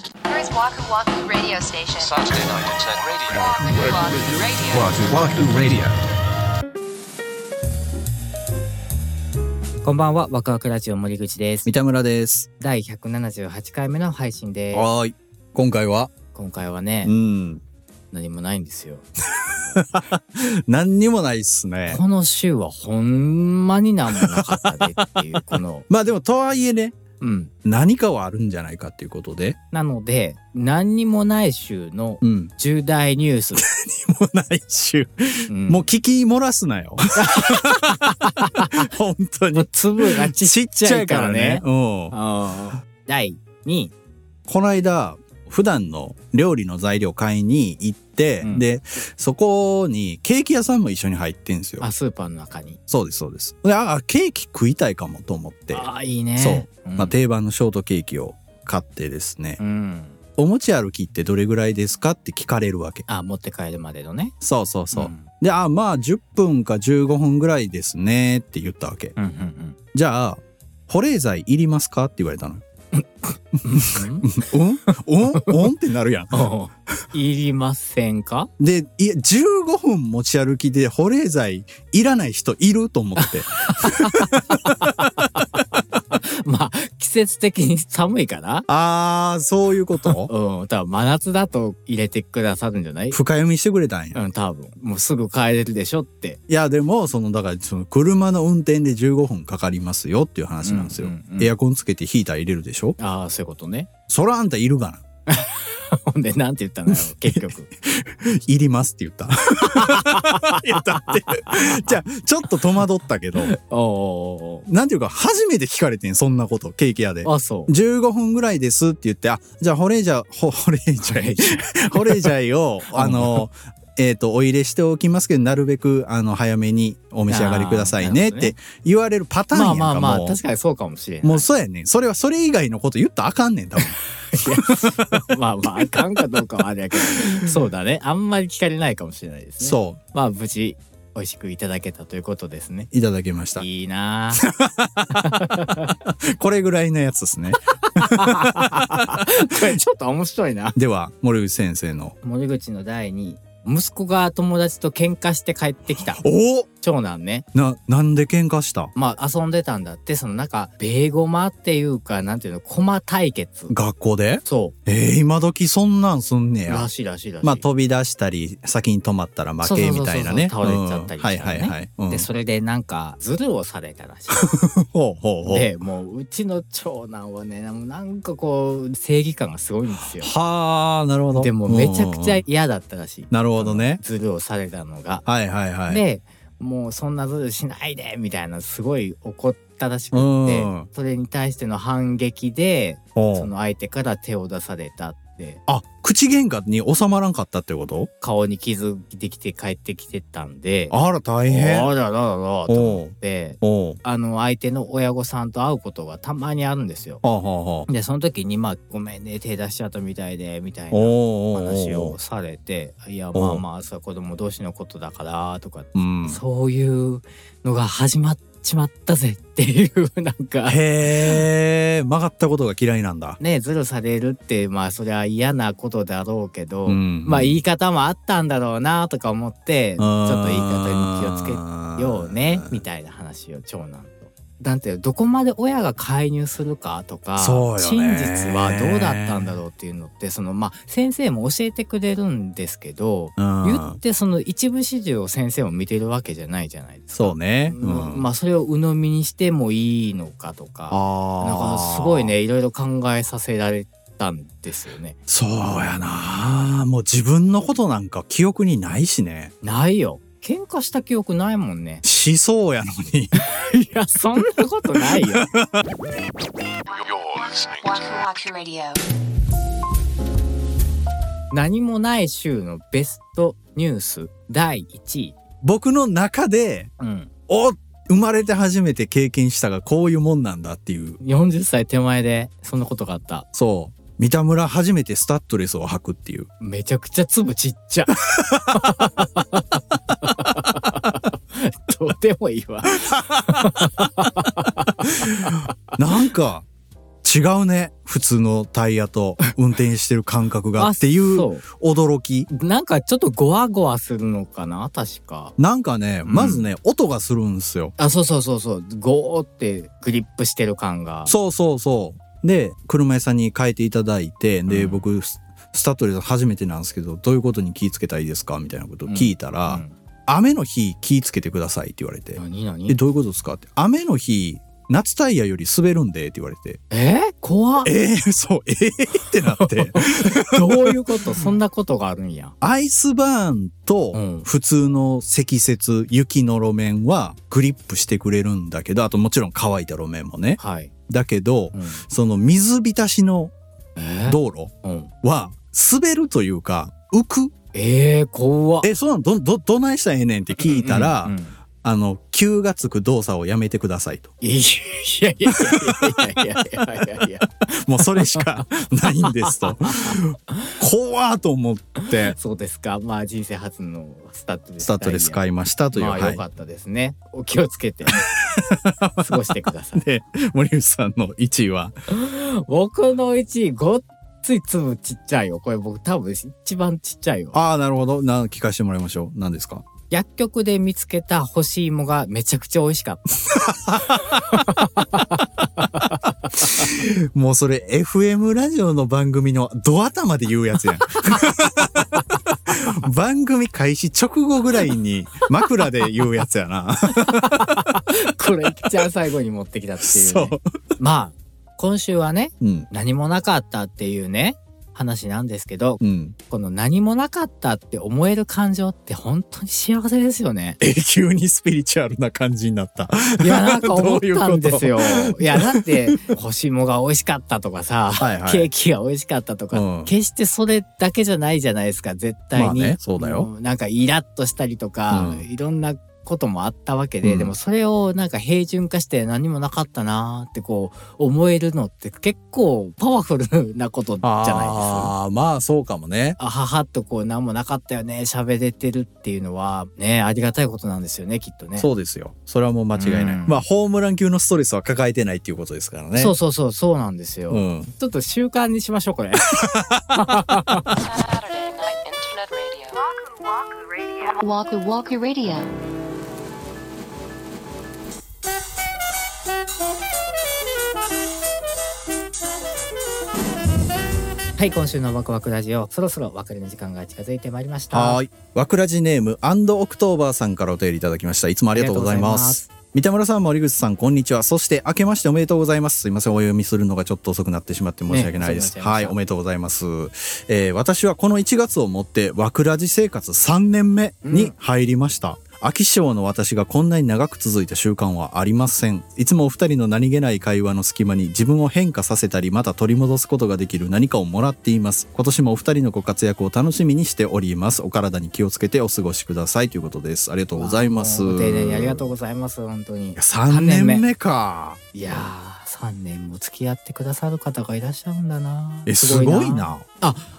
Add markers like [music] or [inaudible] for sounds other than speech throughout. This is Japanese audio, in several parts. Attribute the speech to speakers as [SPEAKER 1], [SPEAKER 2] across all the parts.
[SPEAKER 1] Waku Waku Radio Station.
[SPEAKER 2] Saturday night at 10 radio.
[SPEAKER 1] Waku Waku
[SPEAKER 3] Wahoo Wahoo
[SPEAKER 1] Radio.
[SPEAKER 3] Radio.
[SPEAKER 4] こんばんは、ワクワクラジオ森口です。
[SPEAKER 5] 三田村です。
[SPEAKER 4] 第178回目の配信です。
[SPEAKER 5] はーい。今回は、
[SPEAKER 4] 今回はね
[SPEAKER 5] う、ん、
[SPEAKER 4] 何もないんですよ。
[SPEAKER 5] 何にもないっ
[SPEAKER 4] [laughs]
[SPEAKER 5] すね。
[SPEAKER 4] この週はほんまに何もなかったでって
[SPEAKER 5] [laughs]
[SPEAKER 4] いう、この、
[SPEAKER 5] まあでもとはいえね、
[SPEAKER 4] うん。
[SPEAKER 5] 何かはあるんじゃないかっていうことで、
[SPEAKER 4] なので、何にもない週の
[SPEAKER 5] うん、
[SPEAKER 4] 重大ニュース。
[SPEAKER 5] もうない週、
[SPEAKER 4] うん
[SPEAKER 5] もう聞き漏らす
[SPEAKER 4] [laughs]
[SPEAKER 5] なよ。本当
[SPEAKER 4] も
[SPEAKER 5] に
[SPEAKER 4] う。粒がちっちゃいからね。
[SPEAKER 5] うん。
[SPEAKER 4] あー第2位。
[SPEAKER 5] この間、普段の料理の材料買いに行って、
[SPEAKER 4] うん
[SPEAKER 5] で、そこにケーキ屋さんも一緒に入ってんですよ
[SPEAKER 4] あ、。スーパーの中に。
[SPEAKER 5] そうです、そうです。であ、ケーキ食いたいかもと思って、
[SPEAKER 4] ああ、いいね。
[SPEAKER 5] そう
[SPEAKER 4] うん。
[SPEAKER 5] まあ、定番のショートケーキを買ってですね、
[SPEAKER 4] うん。
[SPEAKER 5] お持ち歩きってどれぐらいですかって聞かれるわけ。
[SPEAKER 4] あ、持って帰るまでのね。
[SPEAKER 5] そうそうそう。
[SPEAKER 4] ん
[SPEAKER 5] で、あ、まあ10分か15分ぐらいですねって言ったわけ。
[SPEAKER 4] うんうん
[SPEAKER 5] じゃあ、保冷剤いりますかって言われたの。
[SPEAKER 4] うん。
[SPEAKER 5] [laughs]
[SPEAKER 4] うん
[SPEAKER 5] うんうんうんってなるやん。
[SPEAKER 4] おういりませんか
[SPEAKER 5] で、いや、15分持ち歩きで保冷剤いらない人いると思って。 [laughs]
[SPEAKER 4] [laughs] まあ、季節的に寒いから。
[SPEAKER 5] あー、そういうこ
[SPEAKER 4] [laughs]
[SPEAKER 5] と
[SPEAKER 4] うん、多分真夏だと入れてくださるんじゃない
[SPEAKER 5] 深読みしてくれたんや。
[SPEAKER 4] うん、多分。もうすぐ帰れるでしょって。
[SPEAKER 5] いや、でも、その、だから、その、車の運転で15分かかりますよっていう話なんですよ。
[SPEAKER 4] うんうんうん
[SPEAKER 5] エアコンつけてヒーター入れるでしょ
[SPEAKER 4] ああ、そういうことね。 [laughs]
[SPEAKER 5] そらあんたいるがな。
[SPEAKER 4] ほんで、なんて言 [laughs] ったのよ、結局。
[SPEAKER 5] いりますって言った。 [laughs] いやだってじゃあちょっと戸惑ったけど
[SPEAKER 4] おお
[SPEAKER 5] なんていうか初めて聞かれてんそんなことケーキ屋で
[SPEAKER 4] お。あ、そう。
[SPEAKER 5] 15分ぐらいですって言ってあじゃあ保冷剤ほ [laughs] 保冷剤保冷
[SPEAKER 4] [laughs]
[SPEAKER 5] 剤をあのえっとお入れしておきますけどなるべくあの早めにお召し上がりくださいねっ
[SPEAKER 4] あーなる
[SPEAKER 5] て言われるパターン
[SPEAKER 4] ま
[SPEAKER 5] や
[SPEAKER 4] あ
[SPEAKER 5] んか
[SPEAKER 4] まあまあ、
[SPEAKER 5] もう
[SPEAKER 4] 確かにそうかもしれん。
[SPEAKER 5] もうそうやねんそれはそれ以外のこと言ったらあかんねん多
[SPEAKER 4] [laughs]
[SPEAKER 5] 分
[SPEAKER 4] まあまあ、あかんかどうかはあれやけど。そうだね。あんまり聞かれないかもしれないですね。う。
[SPEAKER 5] そ
[SPEAKER 4] まあ、無事、美味しくいただけたということですね。
[SPEAKER 5] ういただきました
[SPEAKER 4] いいなあ
[SPEAKER 5] これぐらいのやつで
[SPEAKER 4] [laughs]
[SPEAKER 5] すね
[SPEAKER 4] こ [laughs] れちょっと面白いな。
[SPEAKER 5] では森口先生の
[SPEAKER 4] 森口の第2位。息子が友達と喧嘩して帰ってきた。
[SPEAKER 5] お
[SPEAKER 4] 長男ね。
[SPEAKER 5] ななんで喧嘩した
[SPEAKER 4] まあ遊んでたんだって、そのなんか、ベーゴマっていうか、なんていうの、コマ対決。
[SPEAKER 5] 学校で
[SPEAKER 4] そ
[SPEAKER 5] えー、今時そんなんすんね
[SPEAKER 4] う。
[SPEAKER 5] や
[SPEAKER 4] ら。しいらしいらしい。
[SPEAKER 5] まあ飛び出したり先に止まったら負けみたいなね。
[SPEAKER 4] そうそうそうそう倒れちゃったり
[SPEAKER 5] うんはい
[SPEAKER 4] した
[SPEAKER 5] は
[SPEAKER 4] り
[SPEAKER 5] い
[SPEAKER 4] ね
[SPEAKER 5] はい。うん
[SPEAKER 4] で、それでなんか、ズルをされたら
[SPEAKER 5] [laughs]
[SPEAKER 4] しい。
[SPEAKER 5] ほうほうほう。
[SPEAKER 4] で、もう、うちの長男はね、もうなんかこう、正義感がすごいんですよ。
[SPEAKER 5] はあなるほど。
[SPEAKER 4] でも、めちゃくち
[SPEAKER 5] うんう
[SPEAKER 4] ゃ
[SPEAKER 5] ん
[SPEAKER 4] 嫌だったらしい。
[SPEAKER 5] なるほどね。
[SPEAKER 4] ズルをされたのが。
[SPEAKER 5] はいはいはい。
[SPEAKER 4] で、もうそんなズルしないでみたいな、すごい怒ったらしく
[SPEAKER 5] う
[SPEAKER 4] って、
[SPEAKER 5] ん。
[SPEAKER 4] それに対しての反撃で、
[SPEAKER 5] ほう
[SPEAKER 4] その相手から手を出されたって。
[SPEAKER 5] あ口喧嘩に収まらんかったってこと？
[SPEAKER 4] 顔に傷できて帰ってきてたんで、
[SPEAKER 5] あら大
[SPEAKER 4] あ
[SPEAKER 5] 変。
[SPEAKER 4] ららららと思って、
[SPEAKER 5] おう。
[SPEAKER 4] あの相手の親御さんと会うことがたまにあるんですよ。
[SPEAKER 5] はあはあはあ。
[SPEAKER 4] で、その時に、まあ、ごめんね、手出しちゃったみたいで、みたいな
[SPEAKER 5] おうおうおう
[SPEAKER 4] 話をされて、いや、まあまあ、それは子供同士のことだから、とか、
[SPEAKER 5] うん。
[SPEAKER 4] そういうのが始まっちまったぜっていう、なんか、
[SPEAKER 5] へえ曲がったことが嫌いなんだ。
[SPEAKER 4] ね、ズルされるって、まあ、そりゃ嫌なことだろうけど、
[SPEAKER 5] うん
[SPEAKER 4] まあ、言い方もあったんだろうな、とか思って、ちょっと言い方に気をつけて
[SPEAKER 5] け
[SPEAKER 4] ようねみたいな話を長男と。なんていうのどこまで親が介入するかとか、
[SPEAKER 5] そうよね
[SPEAKER 4] 真実はどうだったんだろうっていうのってそのまあ先生も教えてくれるんですけど、
[SPEAKER 5] うん
[SPEAKER 4] 言ってその一部始終を先生も見てるわけじゃないじゃないですか。
[SPEAKER 5] そうね。
[SPEAKER 4] まあそれを鵜呑みにしてもいいのかとか
[SPEAKER 5] あ
[SPEAKER 4] なんか
[SPEAKER 5] ー
[SPEAKER 4] すごい。ねいろいろ考えさせられたんですよね。
[SPEAKER 5] そうやな。もう自分のことなんか記憶にないしね。。
[SPEAKER 4] ないよ喧嘩した記憶ないもんね
[SPEAKER 5] しそうやの
[SPEAKER 4] [laughs]
[SPEAKER 5] に。
[SPEAKER 4] いやそんなことないよ。
[SPEAKER 1] Waku Waku Radio.
[SPEAKER 4] [laughs] 何もない週のベストニュース第1位。
[SPEAKER 5] 僕の中で、
[SPEAKER 4] うん。
[SPEAKER 5] お生まれて初めて経験したがこういうもんなんだっていう。
[SPEAKER 4] 40歳手前でそんなことがあった。
[SPEAKER 5] そう。三田村初めてスタッドレスを履くっていう。
[SPEAKER 4] めちゃくちゃ粒ちっ [laughs] ちゃ。どうでもいいわ。
[SPEAKER 5] なんか、違うね普通のタイヤと運転してる感覚が
[SPEAKER 4] あ
[SPEAKER 5] っていう
[SPEAKER 4] そ
[SPEAKER 5] 驚き
[SPEAKER 4] うなんかちょっとゴワゴワするのかな確か
[SPEAKER 5] なんかね
[SPEAKER 4] うん
[SPEAKER 5] まずね、音がするんですよ
[SPEAKER 4] あそうそうそうそうゴーってグリップしてる感が
[SPEAKER 5] そうそうそうで車屋さんに変えていただいてで、
[SPEAKER 4] うん
[SPEAKER 5] 僕ススタッドレス初めてなんですけどどういうことに気ぃつけたらいいですかみたいなことを聞いたら、
[SPEAKER 4] うん
[SPEAKER 5] 雨の日気ぃつけてくださいって言われて、
[SPEAKER 4] 何
[SPEAKER 5] え
[SPEAKER 4] 何
[SPEAKER 5] どういうことですかって雨の日夏タイヤより滑るんでって言われて
[SPEAKER 4] [laughs] え怖っ
[SPEAKER 5] えー、そうえー、ってなって
[SPEAKER 4] [laughs] どういうことそんなことがあるんや
[SPEAKER 5] アイスバーン
[SPEAKER 4] う
[SPEAKER 5] と
[SPEAKER 4] ん
[SPEAKER 5] 普通の積雪雪の路面はグリップしてくれるんだけどあともちろん乾いた路面もね
[SPEAKER 4] はい、
[SPEAKER 5] だけど
[SPEAKER 4] うん、
[SPEAKER 5] その水浸しの
[SPEAKER 4] えー
[SPEAKER 5] 道路
[SPEAKER 4] うん
[SPEAKER 5] は滑るというか浮く
[SPEAKER 4] えー、怖っ
[SPEAKER 5] えそうなのどどどないしたらええねんって聞いたら、
[SPEAKER 4] うんうん
[SPEAKER 5] あの急がつく動作をやめてくださいと
[SPEAKER 4] いやいやいやいやいやいやいやいや
[SPEAKER 5] もうそれしか [laughs] ないんですと怖ーと思って
[SPEAKER 4] そうですか。まあ人生初のスタッドレス。
[SPEAKER 5] スタッドレス買いましたという、
[SPEAKER 4] まあ
[SPEAKER 5] は
[SPEAKER 4] 良
[SPEAKER 5] い
[SPEAKER 4] かったですね。お気をつけて過ごしてください。
[SPEAKER 5] で森内さんの1位は
[SPEAKER 4] 僕の1位ごっつい粒ちっちゃいよ。これ僕多分一番ちっちゃいよ。
[SPEAKER 5] ああなるほどな聞かせてもらいましょう何ですか
[SPEAKER 4] 薬局で見つけた干し芋がめちゃくちゃ美味しかった。
[SPEAKER 5] もうそれ FM ラジオの番組のド頭で言うや [laughs] つやん番組開始直後ぐらいに枕で言うやつや [laughs] な
[SPEAKER 4] これ一番最後に持ってきたっていう、
[SPEAKER 5] そ
[SPEAKER 4] ね。まあ今週はね
[SPEAKER 5] ううん
[SPEAKER 4] 何もなかったっていうね話なんですけど
[SPEAKER 5] うん
[SPEAKER 4] この何もなかったって思える感情って本当に幸せですよね。
[SPEAKER 5] 永久にスピリチュアルな感じになった
[SPEAKER 4] いやなんか思ったんですよ。
[SPEAKER 5] [laughs] どういう
[SPEAKER 4] いやだって干し芋が美味しかったとかさ、
[SPEAKER 5] はいはい
[SPEAKER 4] ケーキが美味しかったとか、
[SPEAKER 5] うん
[SPEAKER 4] 決してそれだけじゃないじゃないですか絶対に、
[SPEAKER 5] まあねそうだよ
[SPEAKER 4] んなんかイラッとしたりとか、
[SPEAKER 5] うん
[SPEAKER 4] いろんなこともあったわけで、
[SPEAKER 5] うん
[SPEAKER 4] でもそれをなんか平準化して何もなかったなーってこう思えるのって結構パワフルなことじゃないですか。
[SPEAKER 5] ああまあそうかもね
[SPEAKER 4] あははっとこう何もなかったよね喋れてるっていうのはねありがたいことなんですよねきっとね。
[SPEAKER 5] そうですよそれはもう間違いない、
[SPEAKER 4] うん
[SPEAKER 5] まあホームラン級のストレスは抱えてないっていうことですからね
[SPEAKER 4] そうそうそうそうなんですよ。
[SPEAKER 5] うん、
[SPEAKER 4] ちょっと習慣にしましょうこ
[SPEAKER 5] [laughs]
[SPEAKER 4] れ。
[SPEAKER 1] Saturday Night Internet Radio. Waku Waku Radio.
[SPEAKER 4] はい、今週のワクワクラジオ、そろそろお別れの時間が近づいてまいりました。
[SPEAKER 5] はーい。わくらじネームアンドオクトーバーさんからお便りいただきました。いつもありがとうございます。三田村さん、森口さん、こんにちは。そして、明けましておめでとうございます。すいません、お読みするのがちょっと遅くなってしまって申し訳ないです。
[SPEAKER 4] ね
[SPEAKER 5] はい、おめでとうございます。えー私はこの1月をもって、わくらじ生活3年目に入りました。飽き性の私がこんなに長く続いた習慣はありません。いつもお二人の何気ない会話の隙間に自分を変化させたり、また取り戻すことができる何かをもらっています。今年もお二人のご活躍を楽しみにしております。お体に気をつけてお過ごしくださいということです。ありがとうございます。
[SPEAKER 4] ご丁寧にありがとうございます、本当に。
[SPEAKER 5] 3年目か
[SPEAKER 4] いやー、三年も付き合ってくださる方がいらっしゃるんだな。
[SPEAKER 5] えすごい。な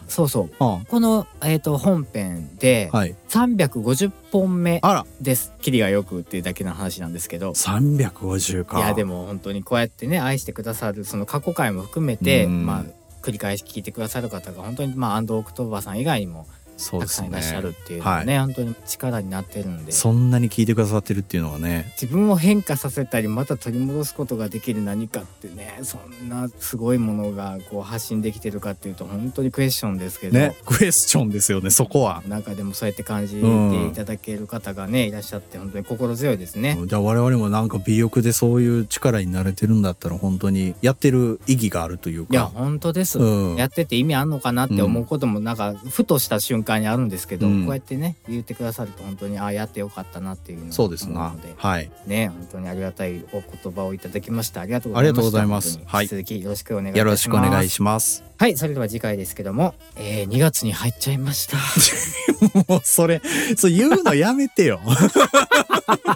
[SPEAKER 4] そうそう。
[SPEAKER 5] あ
[SPEAKER 4] この、えっ、と、本編で、
[SPEAKER 5] はい
[SPEAKER 4] 350本目
[SPEAKER 5] あら
[SPEAKER 4] です。キリがよくっていうだけの話なんですけど。
[SPEAKER 5] 350か
[SPEAKER 4] いやでも本当にこうやってね愛してくださるその過去回も含めて、
[SPEAKER 5] うん
[SPEAKER 4] まあ繰り返し聞いてくださる方が本当にまあアンドオクトーバーさん以外にも
[SPEAKER 5] そう
[SPEAKER 4] た
[SPEAKER 5] で
[SPEAKER 4] く
[SPEAKER 5] す
[SPEAKER 4] さん
[SPEAKER 5] ね
[SPEAKER 4] いらっしゃるっていうのはね本当に力になってるんで
[SPEAKER 5] そんなに聞いてくださってるっていうのはね
[SPEAKER 4] 自分を変化させたりまた取り戻すことができる何かってねそんなすごいものがこう発信できてるかっていうと本当にクエスチョンですけど、
[SPEAKER 5] ねクエスチョンですよねそこは。
[SPEAKER 4] なんかでもそうやって感じていただける方がね、いらっしゃって本当に心強いですね。
[SPEAKER 5] じゃあ我々もなんか美欲でそういう力になれてるんだったら本当にやってる意義があるというか。
[SPEAKER 4] いや本当です、
[SPEAKER 5] うん、
[SPEAKER 4] やってて意味あんのかなって思うこともなんかふとした瞬間にあるんですけど、
[SPEAKER 5] うん
[SPEAKER 4] こうやってね言ってくださると本当にああやってよかったなっていうの
[SPEAKER 5] そうです
[SPEAKER 4] な
[SPEAKER 5] な
[SPEAKER 4] ので。
[SPEAKER 5] はい。
[SPEAKER 4] ね本当にありがたいお言葉をいただきましたありがとう
[SPEAKER 5] ありがとうございま
[SPEAKER 4] 本
[SPEAKER 5] す
[SPEAKER 4] 当に
[SPEAKER 5] はい
[SPEAKER 4] 引き続きよろしくお願いいた
[SPEAKER 5] よ
[SPEAKER 4] します
[SPEAKER 5] ろしくお願いします。 [laughs]
[SPEAKER 4] はいそれでは次回ですけども、えー、2月に入っちゃいました [laughs]
[SPEAKER 5] もうそれ、そう言うのやめてよ。 [laughs]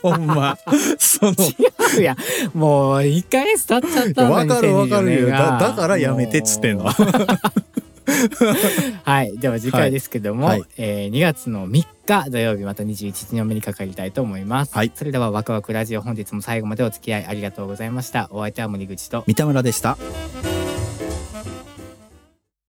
[SPEAKER 5] ほんま。
[SPEAKER 4] [laughs]
[SPEAKER 5] その、
[SPEAKER 4] いやもう1ヶ月経っちゃったの
[SPEAKER 5] わかるわかるよ。
[SPEAKER 4] 2024
[SPEAKER 5] だ
[SPEAKER 4] が
[SPEAKER 5] だからやめてっつってんの [laughs]
[SPEAKER 4] も。うはいでは次回ですけども、
[SPEAKER 5] はいはい
[SPEAKER 4] えー、2月の3日土曜日また21日の目にかかりたいと思います、
[SPEAKER 5] はい
[SPEAKER 4] それではワクワクラジオ本日も最後までお付き合いありがとうございましたお相手は森口と
[SPEAKER 5] 三田村でした。